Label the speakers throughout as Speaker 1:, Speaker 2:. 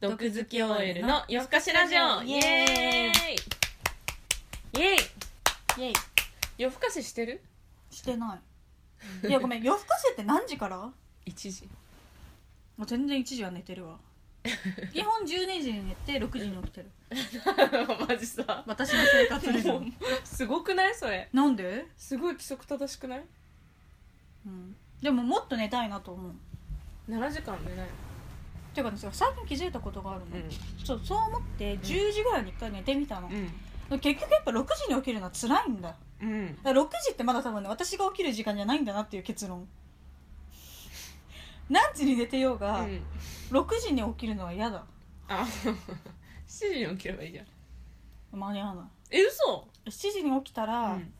Speaker 1: 毒好き OL の夜更かしラジオイ
Speaker 2: イ
Speaker 1: エ
Speaker 2: エ
Speaker 1: ーイイエーイ
Speaker 2: イエイ
Speaker 1: 夜更かししてる
Speaker 2: してないいやごめん夜更かしって何時からも
Speaker 1: ?1 時
Speaker 2: う全然1時は寝てる わ基本12時に寝て6時に起きてる
Speaker 1: マジさ
Speaker 2: 私の生活リズ
Speaker 1: もう
Speaker 2: ム
Speaker 1: すごくないそれ
Speaker 2: なんで、
Speaker 1: すごい規則正しくない
Speaker 2: うん、でももっと寝たいなと思う
Speaker 1: 7時間寝ない
Speaker 2: ていうかねそう最近気づいたことがあるの、
Speaker 1: う
Speaker 2: そうそう思って10時ぐらいに1回寝てみたの、
Speaker 1: ん
Speaker 2: 結局やっぱ6時に起きるのは辛いんだ
Speaker 1: うん
Speaker 2: だから6時ってまだ多分ね私が起きる時間じゃないんだなっていう結論何時に寝てようが、
Speaker 1: うん
Speaker 2: 6時に起きるのは嫌だ
Speaker 1: あ 7時に起きればいいじゃん
Speaker 2: 間に合わない
Speaker 1: え嘘
Speaker 2: 7時に起きたら、
Speaker 1: うん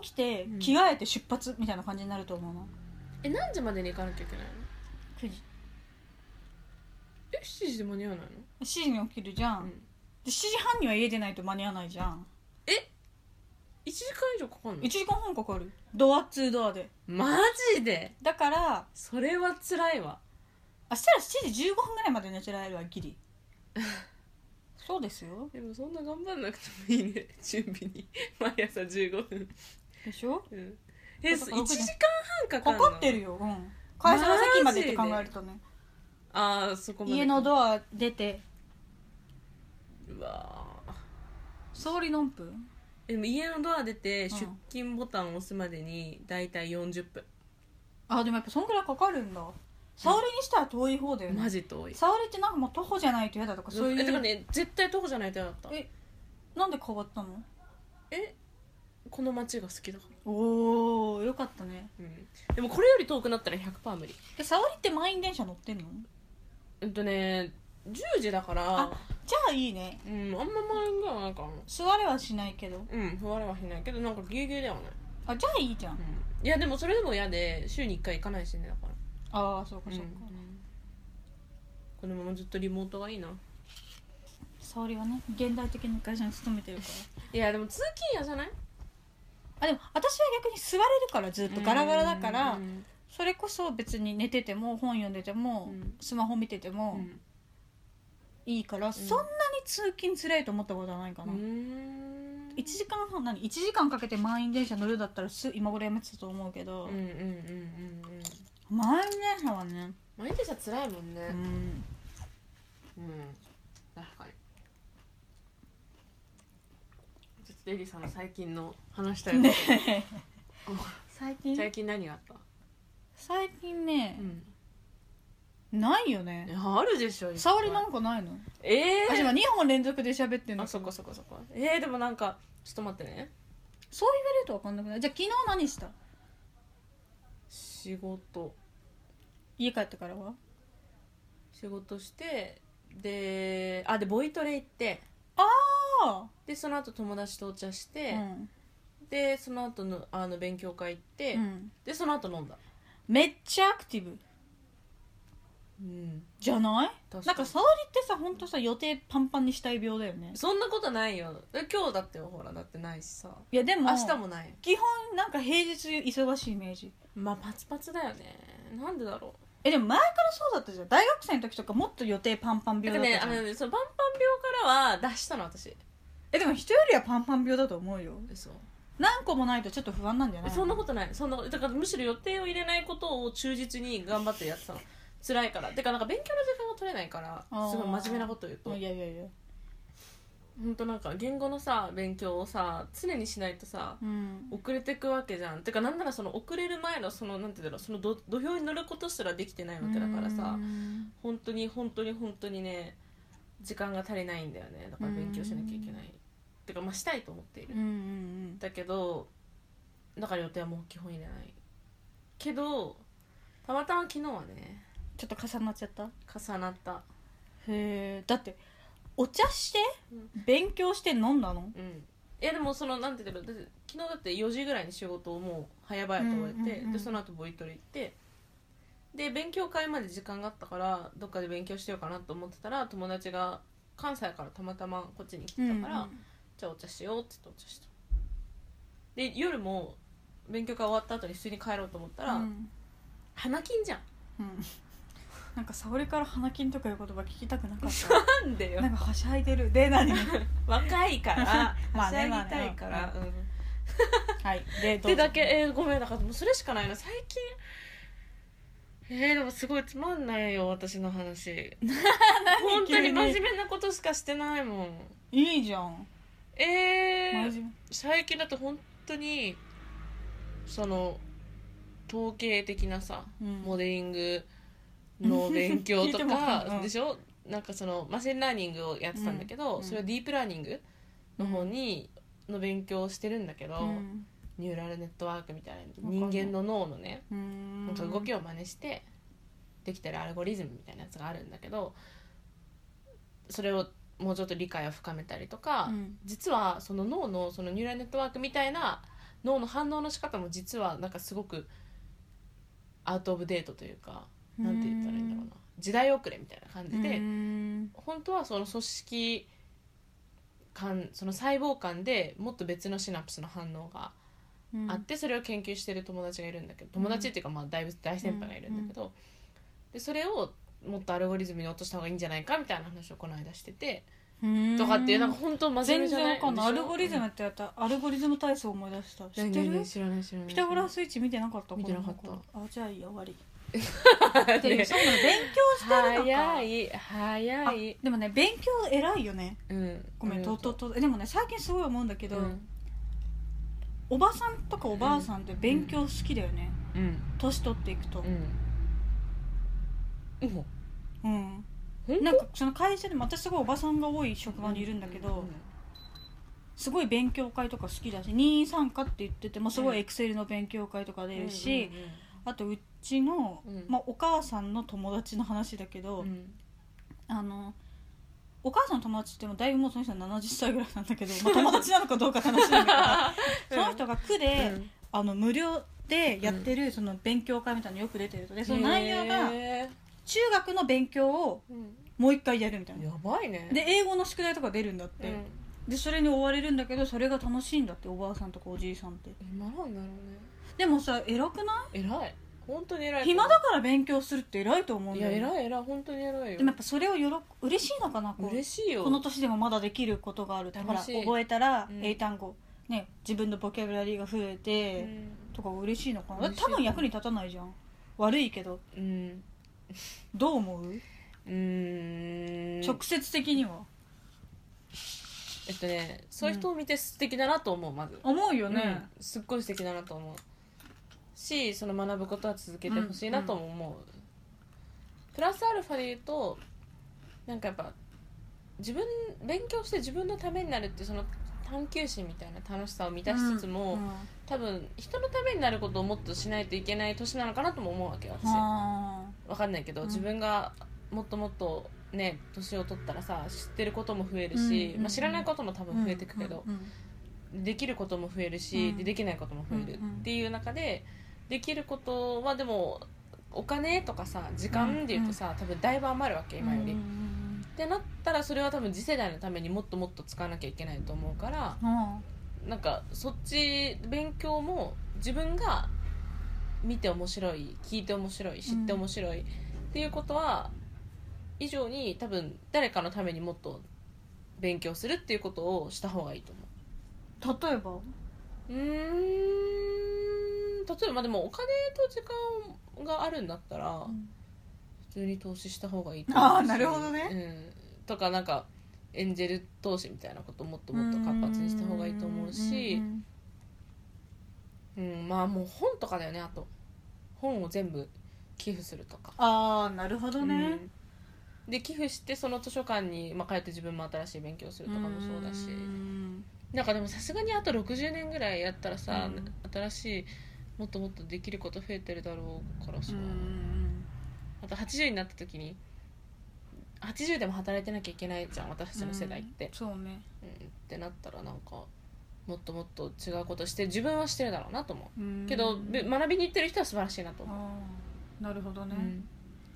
Speaker 2: 起きて
Speaker 1: うん
Speaker 2: 着替えて出発みたいな感じになると思うの
Speaker 1: え何時までに行かなきゃいけないの
Speaker 2: 9時
Speaker 1: え7時で間に合わない
Speaker 2: 7時に起きるじゃん、
Speaker 1: の、う
Speaker 2: で
Speaker 1: ん、
Speaker 2: 7時半には家出ないと間に合わないじゃん
Speaker 1: 1時間以上かかんの
Speaker 2: 1時間半かかるドア2ドアで
Speaker 1: マジで
Speaker 2: だから
Speaker 1: それは辛いわ
Speaker 2: あしたら7時15分ぐらいまで寝てられるわ ギリそうですよ
Speaker 1: でもそんな頑張んなくてもいいね 準備に毎朝15分、
Speaker 2: でしょ
Speaker 1: うん、え
Speaker 2: そ
Speaker 1: そ
Speaker 2: っ
Speaker 1: 1
Speaker 2: かそっか
Speaker 1: 時間半かか
Speaker 2: か
Speaker 1: る
Speaker 2: かってるよ、うん、会社の席までって考えるとね
Speaker 1: ああそこまで
Speaker 2: 家のドア出て
Speaker 1: うわー
Speaker 2: 総理論分
Speaker 1: でも家のドア出て
Speaker 2: ん
Speaker 1: 出勤ボタンを押すまでに大体40分、
Speaker 2: あでもやっぱそんくらいかかるんだ沙織にしたら遠い方だよ
Speaker 1: マ
Speaker 2: ね
Speaker 1: ジ遠い
Speaker 2: 沙織ってなんかもう徒歩じゃないと嫌だとかそういう
Speaker 1: えだからね絶対徒歩じゃないと嫌だった
Speaker 2: えなんで変わったの
Speaker 1: えこの街が好きだか
Speaker 2: おーよかったね
Speaker 1: ら、うん、でもこれより遠くなったら100%無理
Speaker 2: え沙織って満員電車乗ってんの
Speaker 1: うんとね10時だから
Speaker 2: あじゃあいいね
Speaker 1: うんあんま前ぐらいはないかな
Speaker 2: 座れはしないけど
Speaker 1: うん不われはしないけどなんかギリギリではない
Speaker 2: あじゃあいいじゃん
Speaker 1: いやでもそれでも嫌で週に1回行かないしねだから、
Speaker 2: ああそうかそうか、
Speaker 1: このままずっとリモートがいいな
Speaker 2: 沙織はね現代的な会社に勤めてるから
Speaker 1: いやでも通勤嫌じゃない
Speaker 2: あでも私は逆に座れるからずっとガラガラだから
Speaker 1: うん
Speaker 2: それこそ別に寝てても本読んでても、
Speaker 1: うん
Speaker 2: スマホ見てて
Speaker 1: う
Speaker 2: も
Speaker 1: ん
Speaker 2: いいから、そんなに通勤つらいと思ったことはないか
Speaker 1: う
Speaker 2: な、
Speaker 1: ん
Speaker 2: 1時間半何1時間かけて満員電車乗るだったらす今頃やめてたと思うけど
Speaker 1: うんうんうんうんうん
Speaker 2: 満員電車はね
Speaker 1: 毎日は辛いもん
Speaker 2: う
Speaker 1: ねう
Speaker 2: ん
Speaker 1: ん、確かにちょっとエリさんの最近の話したいこと、
Speaker 2: ねえ 最近
Speaker 1: 最近何があった、
Speaker 2: 最近ね
Speaker 1: う、ん、
Speaker 2: ないよ
Speaker 1: い
Speaker 2: ね
Speaker 1: やあるでしょいっぱい
Speaker 2: 沙織なんかないの、
Speaker 1: ええ
Speaker 2: あ今2本連続で喋ってんの
Speaker 1: あそこそこそこえー、でもなんかちょっと待ってね
Speaker 2: そう言われると分かんなくないじゃあ昨日何した
Speaker 1: 仕事
Speaker 2: 家帰ってからは
Speaker 1: 仕事してであでボイトレ行って
Speaker 2: あ
Speaker 1: でその後友達とお茶し
Speaker 2: あ
Speaker 1: て
Speaker 2: う、ん、
Speaker 1: でその後のあの勉強会行って、
Speaker 2: うん、
Speaker 1: でその後飲んだ
Speaker 2: めっちゃアクティブ
Speaker 1: うん
Speaker 2: じゃない
Speaker 1: 確か
Speaker 2: なん
Speaker 1: に
Speaker 2: か沙織ってさほんとさ予定パンパンにしたい病だよね
Speaker 1: そんなことないよえ今日だってほらだってないしさ
Speaker 2: いやでも
Speaker 1: 明日もない
Speaker 2: 基本なんか平日忙しいイメージ
Speaker 1: まあパツパツだよねなんでだろ
Speaker 2: えでも前からそうだったじゃん大学生の時とかもっと予定パンパン
Speaker 1: うだ
Speaker 2: 病
Speaker 1: か
Speaker 2: だ
Speaker 1: らねあ
Speaker 2: ったじゃん、
Speaker 1: のねそのパンパン病からは脱したの私
Speaker 2: えでも人よりはパンパン病だと思うよ
Speaker 1: そう
Speaker 2: 何個もないとちょっと不安なんじゃない
Speaker 1: そんなことないそんなだからむしろ予定を入れないことを忠実に頑張ってやってたの辛いからてかなんか勉強の時間が取れないから
Speaker 2: あー
Speaker 1: すごい真面目なこと言うと
Speaker 2: いやいやいや
Speaker 1: 本当なんか言語のさ勉強をさ常にしないとさ
Speaker 2: うん
Speaker 1: 遅れてくわけじゃんてかなんならその遅れる前のそのなんて言うんだろうそのど土俵に乗ることすらできてないわけだからさ
Speaker 2: うん
Speaker 1: 本当に本当に本当にね時間が足りないんだよねだから勉強しなきゃいけないてかまあしたいと思っている
Speaker 2: うんうん
Speaker 1: だけどだから予定はもう基本入れないけどたまたま昨日はね
Speaker 2: ちょっと重なっちゃったへ
Speaker 1: 重なった
Speaker 2: えだってお茶して
Speaker 1: うん
Speaker 2: 勉強して飲んだの
Speaker 1: うんいやでもそのなんて言うんだろうだって昨日だって4時ぐらいに仕事をもう早々と終えて、
Speaker 2: うんうんうん
Speaker 1: でその後ボイトレ行ってで勉強会まで時間があったからどっかで勉強しようかなと思ってたら友達が関西からたまたまこっちに来てたから、じゃあお茶しようって言ってお茶したで夜も勉強会終わった後に普通に帰ろうと思ったら、
Speaker 2: うん
Speaker 1: 花金じゃん
Speaker 2: うんなんか沙織から花金とかいう言葉聞きたくなかっ
Speaker 1: なんで
Speaker 2: た
Speaker 1: よ
Speaker 2: なんかはしゃいでるで何
Speaker 1: 若いから
Speaker 2: ま
Speaker 1: は
Speaker 2: あ
Speaker 1: し
Speaker 2: ね
Speaker 1: ゃぎたいか
Speaker 2: ま
Speaker 1: ら、
Speaker 2: あね
Speaker 1: うん
Speaker 2: はいでど
Speaker 1: で
Speaker 2: うぞ
Speaker 1: だけえーごめんだからもうそれしかないの最近えー、でもすごいつまんないよ私の 話本当に真面目なことしかしてないもん
Speaker 2: いいじゃん
Speaker 1: え
Speaker 2: 真
Speaker 1: ー、
Speaker 2: 面
Speaker 1: 最近だと本当にその統計的なさ
Speaker 2: 目、うん、
Speaker 1: モデリングの勉強と
Speaker 2: 聞いてもわ
Speaker 1: か
Speaker 2: かんないうん
Speaker 1: でしょなんかそのマシンラーニングをやってたんだけど、
Speaker 2: うん
Speaker 1: それはディープラーニングの方に、の勉強をしてるんだけど、
Speaker 2: うん
Speaker 1: ニューラルネットワークみたいな
Speaker 2: わかんな
Speaker 1: 人
Speaker 2: い
Speaker 1: 間の脳のね
Speaker 2: うん
Speaker 1: なんか動きを真似してできてるアルゴリズムみたいなやつがあるんだけどそれをもうちょっと理解を深めたりとか、
Speaker 2: うん
Speaker 1: 実はその脳のそのニューラルネットワークみたいな脳の反応の仕方も実はなんかすごくアウト・オブ・デートというかなんて言ったらいいんだろうな時代遅れみたいな感じで、
Speaker 2: うん
Speaker 1: 本当はその組織間その細胞間でもっと別のシナプスの反応が
Speaker 2: うん
Speaker 1: あってそれを研究してる友達がいるんだけど友達っていうかまあだいぶ大先輩がいるんだけど、でそれをもっとアルゴリズムに落とした方がいいんじゃないかみたいな話をこの間してて
Speaker 2: うん
Speaker 1: とかっていうなんか本当真面目
Speaker 2: 全
Speaker 1: じゃ
Speaker 2: 然
Speaker 1: ない
Speaker 2: わかんないア
Speaker 1: でし
Speaker 2: ル
Speaker 1: ょ
Speaker 2: ゴリズムってやったアルゴリズム体操思い出した知っ
Speaker 1: 何
Speaker 2: てる
Speaker 1: 何知らない知らない
Speaker 2: ピタゴラスイッチ見てなかった
Speaker 1: 見てなかった
Speaker 2: 子供の頃あじゃあいいや終 わり
Speaker 1: っ
Speaker 2: っていうそうなの勉強してるのか
Speaker 1: 早い早い
Speaker 2: あでもね勉強偉いよね
Speaker 1: うん
Speaker 2: ごめん
Speaker 1: あり
Speaker 2: と
Speaker 1: が
Speaker 2: ととでもね最近すごい思うんだけど、
Speaker 1: うん
Speaker 2: おばさんとかおばあさんって勉強好きだよね
Speaker 1: うん
Speaker 2: 年取っていくと
Speaker 1: うんも
Speaker 2: うん、
Speaker 1: う
Speaker 2: なんかその会社でも私すごいおばさんが多い職場にいるんだけど、すごい勉強会とか好きだし任意参加って言ってて、まあ、すごいエクセルの勉強会とか出るし、あとうちの、
Speaker 1: うん
Speaker 2: まあ、お母さんの友達の話だけど、あのお母さんの友達ってもうだいぶもうその人は70歳ぐらいなんだけど、 まあ、友達なのかどうか楽しいんだけど その人が区で、あの無料でやってるその勉強会みたいなのよく出てるとでその内容が中学の勉強をもう一回やるみたいな
Speaker 1: やばいね
Speaker 2: で英語の宿題とか出るんだって、
Speaker 1: うん
Speaker 2: でそれに追われるんだけどそれが楽しいんだっておばあさんとかおじいさんって
Speaker 1: 今なんだろ
Speaker 2: でもさ偉くな
Speaker 1: うね偉い本当に偉い
Speaker 2: い暇だから勉強するって偉いと思うん
Speaker 1: い
Speaker 2: だ
Speaker 1: や
Speaker 2: よね
Speaker 1: 偉い偉い本当に偉いよ
Speaker 2: でもやっぱそれをよろ嬉しいのかなこう
Speaker 1: 嬉しいよ
Speaker 2: この年でもまだできることがあるだから
Speaker 1: 楽しい
Speaker 2: 覚えたら
Speaker 1: うん
Speaker 2: 英単語、ね、自分のボキャブラリーが増え
Speaker 1: う
Speaker 2: て、
Speaker 1: ん
Speaker 2: とか嬉しいのかなだっ
Speaker 1: 嬉してい
Speaker 2: 多分役に立たないじゃん悪いけど
Speaker 1: うん
Speaker 2: どう思う、
Speaker 1: うーん
Speaker 2: 直接的には
Speaker 1: えっとねそういう人を見て素敵だなと思うまず
Speaker 2: 思うよね、
Speaker 1: うんすっごい素敵だなと思うしその学ぶことは続けてほしいなとも思う、プラスアルファで言うとなんかやっぱ自分勉強して自分のためになるっていうその探求心みたいな楽しさを満たしつつも、
Speaker 2: うん
Speaker 1: 多分人のためになることをもっとしないといけない年なのかなとも思うわけよ私
Speaker 2: は
Speaker 1: わかんないけど、
Speaker 2: うん
Speaker 1: 自分がもっともっとね年を取ったらさ知ってることも増えるし、
Speaker 2: うん
Speaker 1: まあ、知らないことも多
Speaker 2: あ
Speaker 1: 分増えてくけど、
Speaker 2: うん
Speaker 1: できることも増えるし、
Speaker 2: うん
Speaker 1: でできないことも増えるっていう中でできることはでもお金とかさ時間でいうとさ、多分だいぶ余るわけ今より、
Speaker 2: う
Speaker 1: っ
Speaker 2: ん
Speaker 1: てなったらそれは多分次世代のためにもっともっと使わなきゃいけないと思うから
Speaker 2: は
Speaker 1: なんかそっち勉強も自分が見て面白い聞いて面白い知って面白い、っていうことは以上に多分誰かのためにもっと勉強するっていうことをした方がいいと思う。
Speaker 2: あ例えば
Speaker 1: うーん例えばまあでもお金と時間があるんだったら普通に投資した方がいいと思うし
Speaker 2: あーなるほどね
Speaker 1: うん、とかなんかエンジェル投資みたいなこともっともっと活発にした方がいいと思うし
Speaker 2: ん
Speaker 1: うん、まあもう本とかだよねあと本を全部寄付するとか、
Speaker 2: ああなるほどね、
Speaker 1: うんで寄付してその図書館に、まあ、通って自分も新しい勉強するとかもそうだし
Speaker 2: うん
Speaker 1: なんかでもさすがにあと60年ぐらいやったらさ、
Speaker 2: うん
Speaker 1: 新しいもっともっとできること増えてるだろうからさ、
Speaker 2: うん
Speaker 1: あと80になった時に80でも働いてなきゃいけないじゃん私たちの世代って
Speaker 2: うん、そうね
Speaker 1: うんってなったらなんかもっともっと違うことして自分はしてるだろうなと思
Speaker 2: うん
Speaker 1: うけど、べ学びに行ってる人は素晴らしいなと思う、
Speaker 2: あーなるほどね、
Speaker 1: うん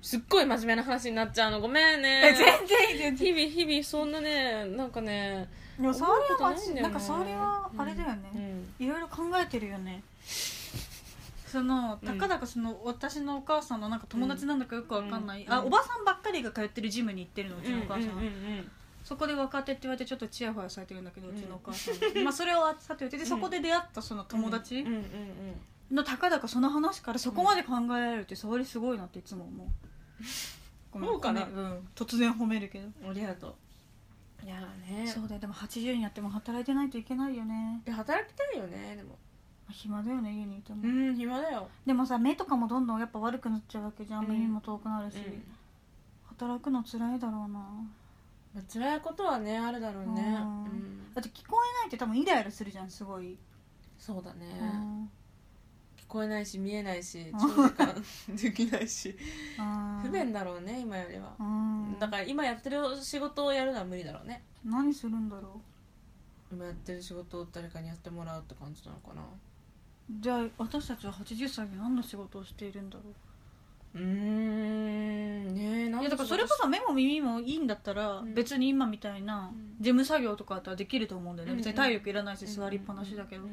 Speaker 1: すっごい真面目な話になっちゃうのごめんね
Speaker 2: え全然いい全然
Speaker 1: 日々日々そんなねなんかね
Speaker 2: でも沙織は
Speaker 1: 思うことないんだよね
Speaker 2: なんか沙織はあれだよね、
Speaker 1: うん
Speaker 2: いろいろ考えてるよねその
Speaker 1: うん
Speaker 2: たかだかその私のお母さんのなんか友達なんだかよくわかんない、
Speaker 1: うん
Speaker 2: あ
Speaker 1: うん
Speaker 2: おばさんばっかりが通ってるジムに行ってるのうちのお母さん、
Speaker 1: うんうんうん
Speaker 2: そこで若手って言われてちょっとチヤホヤされてるんだけど、う
Speaker 1: うん
Speaker 2: ちのお母さんまあそれをさておいてでそこで出会ったその友達
Speaker 1: うんうんうん
Speaker 2: のたかだかその話からそこまで考えられるって沙織すごいなっていつも思うごめん
Speaker 1: 思うかな
Speaker 2: ごめんん突然褒めるけど
Speaker 1: うんありがとういやーね
Speaker 2: そうだよでも80になっても働いてないといけないよね
Speaker 1: で働きたいよねでも
Speaker 2: 暇だよね家にいても、
Speaker 1: うん暇だよ
Speaker 2: でもさ目とかもどんどんやっぱ悪くなっちゃうわけじゃん
Speaker 1: うん
Speaker 2: 耳も遠くなるし、
Speaker 1: う、
Speaker 2: 働くの辛いだろうなん
Speaker 1: まあ、辛いことはねあるだろうね
Speaker 2: う
Speaker 1: うんん、
Speaker 2: だって聞こえないって多分イライラするじゃんすごい、
Speaker 1: そうだね、
Speaker 2: うん
Speaker 1: 聞こえないし見えないし
Speaker 2: うん
Speaker 1: 長時間できない し
Speaker 2: うん
Speaker 1: 不便だろうね今よりは
Speaker 2: う、ん
Speaker 1: だから今やってる仕事をやるのは無理だろうね
Speaker 2: 何するんだろ
Speaker 1: 今やってる仕事を誰かにやってもらうって感じなのかな
Speaker 2: うじゃあ私たちは80歳に何の仕事をしているんだろ
Speaker 1: うーんねえ
Speaker 2: う
Speaker 1: 何
Speaker 2: いやだからそれこそ目も耳もいいんだったら
Speaker 1: うん
Speaker 2: 別に今みたいな
Speaker 1: うん
Speaker 2: 事務作業とかだったらできると思うんだよね
Speaker 1: うん
Speaker 2: 別に体力いらないし
Speaker 1: うん
Speaker 2: 座りっぱなしだけど
Speaker 1: う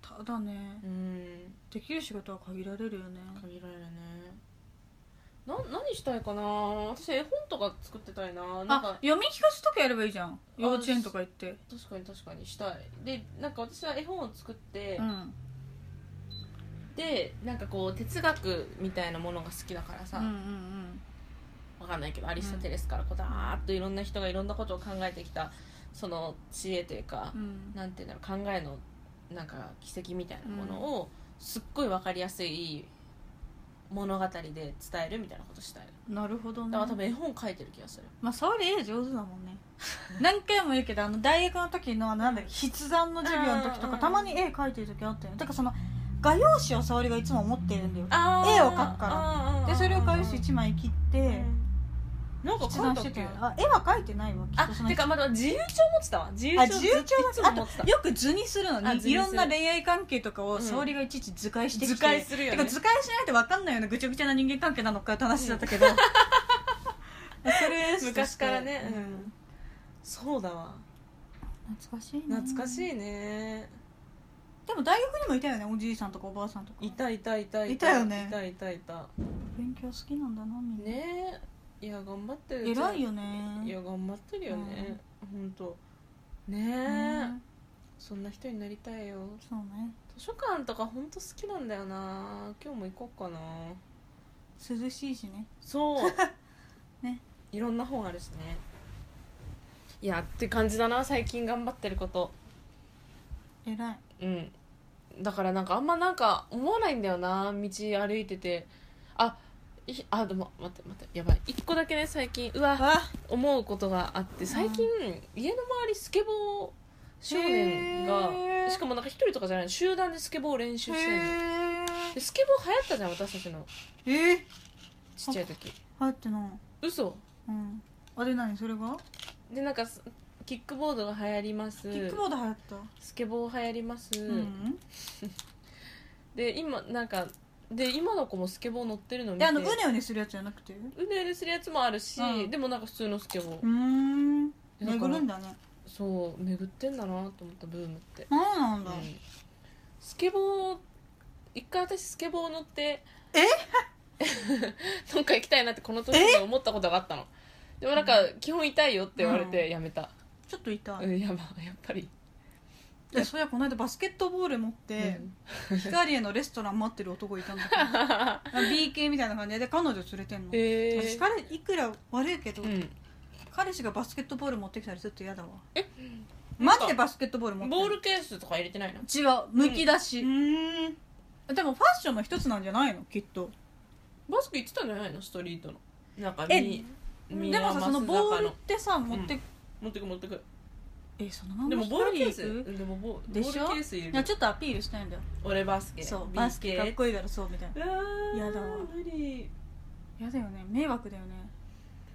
Speaker 2: ただね
Speaker 1: ん、うん
Speaker 2: できる仕事は限られるよね
Speaker 1: 限られるねな何したいかな私絵本とか作ってたいななん
Speaker 2: あ
Speaker 1: か
Speaker 2: 読み聞かせとかやればいいじゃん幼稚園とか行って
Speaker 1: 確かに確かにしたいでなんか私は絵本を作って、
Speaker 2: うん
Speaker 1: でなんかこう哲学みたいなものが好きだから
Speaker 2: う
Speaker 1: さ、
Speaker 2: んうんうん
Speaker 1: わかんないけどアリストテレスからこうだーっといろんな人がいろんなことを考えてきたその知恵というか
Speaker 2: う、ん
Speaker 1: なんていうんだろう考えのなんか奇跡みたいなものを、すっごいわかりやすい物語で伝えるみたいなことしたい
Speaker 2: なるほどね
Speaker 1: だから多分絵本書いてる気がする
Speaker 2: まあ沙織絵上手だ もんね何回も言うけどあの大学の時のあのなんだっけ筆算の授業の時と
Speaker 1: うんうんう
Speaker 2: か
Speaker 1: ん
Speaker 2: たまに絵描いてる時あったよねだからその画用紙を沙織がいつも持ってるんだよ
Speaker 1: あ
Speaker 2: ー絵を描くから
Speaker 1: ら
Speaker 2: でそれを画用紙1枚切って
Speaker 1: なんか書
Speaker 2: 筆
Speaker 1: い
Speaker 2: 算
Speaker 1: た
Speaker 2: し
Speaker 1: って
Speaker 2: た
Speaker 1: け
Speaker 2: よねあ絵は描いてないわきっ
Speaker 1: あ
Speaker 2: とその
Speaker 1: てかまだ自由帳持ってたわ自由帳
Speaker 2: あ自由帳
Speaker 1: ずっといつ
Speaker 2: だ
Speaker 1: も
Speaker 2: あ
Speaker 1: 持ってた
Speaker 2: とよく図にするの
Speaker 1: あ
Speaker 2: に
Speaker 1: 図
Speaker 2: い
Speaker 1: にする
Speaker 2: ろんな恋愛関係とか
Speaker 1: う
Speaker 2: を
Speaker 1: ん
Speaker 2: 沙織がいちいち図解してきて
Speaker 1: 図解するよ
Speaker 2: て
Speaker 1: ね
Speaker 2: か図解しないと分かんないようなぐちゃぐちゃな人間関係なのかって話 だったけどそれ
Speaker 1: 昔からね
Speaker 2: う
Speaker 1: うんんそうだわ
Speaker 2: 懐かしいね
Speaker 1: 懐かしいね
Speaker 2: でも大学にもいたよねおじいさんとかおばあさんとか
Speaker 1: いたいたいた
Speaker 2: いたよね
Speaker 1: いたいたいた
Speaker 2: 勉強好きなんだなみんな、
Speaker 1: ねえいや頑張ってる
Speaker 2: 偉いよ
Speaker 1: い
Speaker 2: ね
Speaker 1: や頑張ってるよね本当ねえ
Speaker 2: ね
Speaker 1: そんな人になりたいよ
Speaker 2: そうね
Speaker 1: 図書館とか本当好きなんだよな今日も行こうかな
Speaker 2: 涼しいしね
Speaker 1: そう
Speaker 2: ね
Speaker 1: いろんな本あるしねいやって感じだな最近頑張ってること
Speaker 2: 偉い
Speaker 1: うんだからなんかあんまなんか思わないんだよな道歩いててあいあでも待って待ってやばい一個だけね最近うわ
Speaker 2: あ
Speaker 1: 思うことがあって最近家の周りスケボー少年
Speaker 2: へー
Speaker 1: がしかもなんか一人とかじゃない集団でスケボーを練習してるのでスケボー流行ったじゃん私たちの
Speaker 2: えー、え
Speaker 1: ちっちゃい時
Speaker 2: 入ってない
Speaker 1: 嘘
Speaker 2: うんあれ何それが
Speaker 1: でなんかすキックボードが流行ります
Speaker 2: キックボード流行った
Speaker 1: スケボー流行ります、
Speaker 2: うん
Speaker 1: で今なんかで今の子もスケボー乗ってるの見
Speaker 2: で
Speaker 1: て
Speaker 2: あのうねうねするやつじゃなくてう
Speaker 1: うねうねするやつもあるし、
Speaker 2: うん
Speaker 1: でもなんか普通のスケボー
Speaker 2: ー、ん
Speaker 1: だか
Speaker 2: 巡
Speaker 1: ら
Speaker 2: るんだね
Speaker 1: そう巡ってんだなと思ったブームって、
Speaker 2: 何なんだ、
Speaker 1: うんスケボー一回私スケボー乗って
Speaker 2: え
Speaker 1: なんか行きたいなってこの年で思ったことがあったのでもなんか基本痛いよって言われ
Speaker 2: う
Speaker 1: てやめた、
Speaker 2: ちょっと痛
Speaker 1: う
Speaker 2: い、
Speaker 1: ん、やばやっぱり、
Speaker 2: でそういやこの間バスケットボール持って、
Speaker 1: うん
Speaker 2: ヒカリエのレストラン待ってる男いたんだけど BK みたいな感じでで彼女連れてんの、
Speaker 1: え
Speaker 2: 私彼いくら悪いけど、
Speaker 1: うん
Speaker 2: 彼氏がバスケットボール持ってきたりすると嫌だわえマジでバスケットボール持って
Speaker 1: ボー
Speaker 2: る
Speaker 1: ルケースとか入れてないの
Speaker 2: 違うむき出し、でもファッションの一つなんじゃないのきっと
Speaker 1: バスケ行ってたんじゃないのストリートのなんか
Speaker 2: え
Speaker 1: みみ
Speaker 2: でもさ
Speaker 1: な
Speaker 2: そのボール
Speaker 1: 松坂の
Speaker 2: ってさ持って、
Speaker 1: 持ってく持ってく
Speaker 2: えそのまま
Speaker 1: でもボールケース
Speaker 2: 光行く
Speaker 1: でもボ
Speaker 2: でしょ
Speaker 1: ボールケース入れ
Speaker 2: いや
Speaker 1: る
Speaker 2: ちょっとアピールしたいんだよ
Speaker 1: 俺バスケ
Speaker 2: そう
Speaker 1: BK
Speaker 2: バスケかっこいいだろそうみたいな
Speaker 1: うわー
Speaker 2: やだわ
Speaker 1: 無理
Speaker 2: 嫌だよね迷惑だよね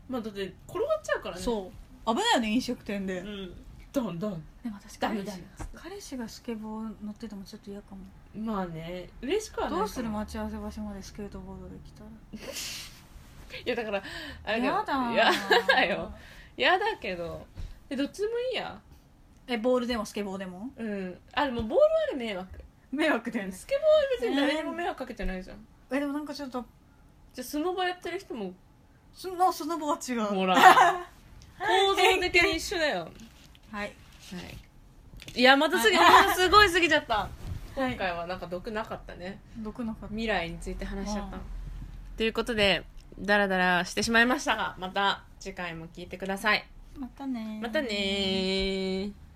Speaker 1: まあだって転がっちゃうからね
Speaker 2: そう危ないよね飲食店で、
Speaker 1: うんだんだん
Speaker 2: でも私
Speaker 1: ダメ
Speaker 2: 彼
Speaker 1: ダ
Speaker 2: 氏
Speaker 1: メ
Speaker 2: 彼氏がスケボー乗っててもちょっと嫌かも
Speaker 1: まあね嬉しくはないか
Speaker 2: ど
Speaker 1: も
Speaker 2: うする待ち合わせ場所までスケートボードで来たら
Speaker 1: いやだからあれ
Speaker 2: やだ
Speaker 1: やだ よやだけどえどっちでもいいや
Speaker 2: えボールでもスケボーでも
Speaker 1: うんあでもボールはね迷惑
Speaker 2: 迷惑だよね
Speaker 1: スケボーは別に誰にも迷惑かけてないじゃん、
Speaker 2: えでもなんかちょっと
Speaker 1: じゃあスノボやってる人も
Speaker 2: そのその棒は違う
Speaker 1: もら う構造的に一緒だよは
Speaker 2: はい
Speaker 1: いいやまた次話すごい過ぎちゃった
Speaker 2: はい
Speaker 1: 今回はなんか毒なかったね
Speaker 2: 毒のかった
Speaker 1: 未来について話しちゃった
Speaker 2: うん
Speaker 1: ということでダラダラしてしまいましたがまた次回も聞いてください
Speaker 2: またねー
Speaker 1: またねー